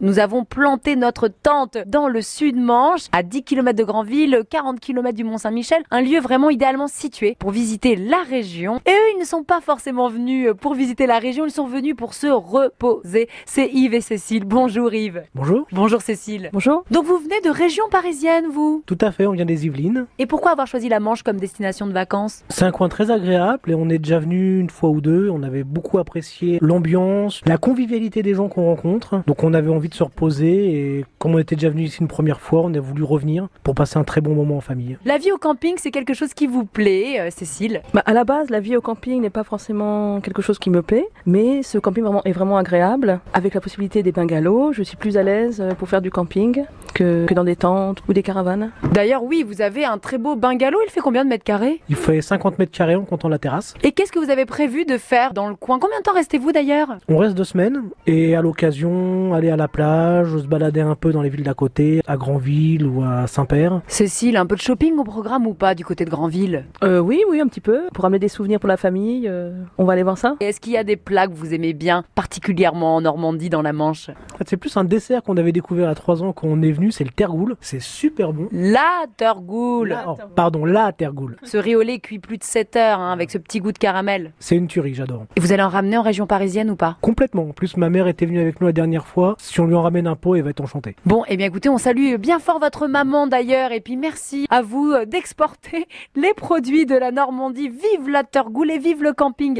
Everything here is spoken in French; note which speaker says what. Speaker 1: Nous avons planté notre tente dans le sud Manche, à 10 km de Granville, 40 km du Mont-Saint-Michel, un lieu vraiment idéalement situé pour visiter la région. Et eux, ils ne sont pas forcément venus pour visiter la région, ils sont venus pour se reposer. C'est Yves et Cécile. Bonjour Yves.
Speaker 2: Bonjour.
Speaker 1: Bonjour Cécile.
Speaker 2: Bonjour.
Speaker 1: Donc vous venez de région parisienne, vous
Speaker 2: Tout à fait, on vient des Yvelines.
Speaker 1: Et pourquoi avoir choisi la Manche comme destination de vacances
Speaker 2: C'est un coin très agréable et on est déjà venu une fois ou deux. On avait beaucoup apprécié l'ambiance, la convivialité des gens qu'on rencontre. Donc on avait envie de se reposer et comme on était déjà venu ici une première fois, on a voulu revenir pour passer un très bon moment en famille.
Speaker 1: La vie au camping, c'est quelque chose qui vous plaît, euh, Cécile
Speaker 3: Bah, à la base, la vie au camping n'est pas forcément quelque chose qui me plaît, mais ce camping vraiment est vraiment agréable. Avec la possibilité des bungalows, je suis plus à l'aise euh, pour faire du camping que, que dans des tentes ou des caravanes.
Speaker 1: D'ailleurs, oui, vous avez un très beau bungalow. Il fait combien de mètres carrés
Speaker 2: Il fait 50 mètres carrés en comptant la terrasse.
Speaker 1: Et qu'est-ce que vous avez prévu de faire dans le coin Combien de temps restez-vous d'ailleurs
Speaker 2: On reste deux semaines et à l'occasion, aller à la plage, se balader un peu dans les villes d'à côté, à Granville ou à Saint-Père.
Speaker 1: Cécile, un peu de shopping au programme ou pas du côté de Granville
Speaker 3: Euh, oui, oui, un petit peu. Pour ramener des souvenirs pour la famille, euh, on va aller voir ça.
Speaker 1: Et est-ce qu'il y a des plats que vous aimez bien, particulièrement en Normandie, dans la Manche
Speaker 2: En fait, c'est plus un dessert qu'on avait découvert à 3 ans quand on est venu, c'est le tergoul. C'est super bon.
Speaker 1: La Turgoule
Speaker 2: Oh, pardon, la tergoul.
Speaker 1: Ce riz au lait cuit plus de 7 heures hein, avec ce petit goût de caramel.
Speaker 2: C'est une tuerie, j'adore.
Speaker 1: Et vous allez en ramener en région parisienne ou pas
Speaker 2: Complètement. En plus, ma mère était venue avec nous la dernière fois. Si on lui en ramène un pot, elle va être enchantée.
Speaker 1: Bon, eh bien écoutez, on salue bien fort votre maman d'ailleurs et puis merci à vous euh, d'exporter les produits de la Normandie. Vive la Turgoule et vive le camping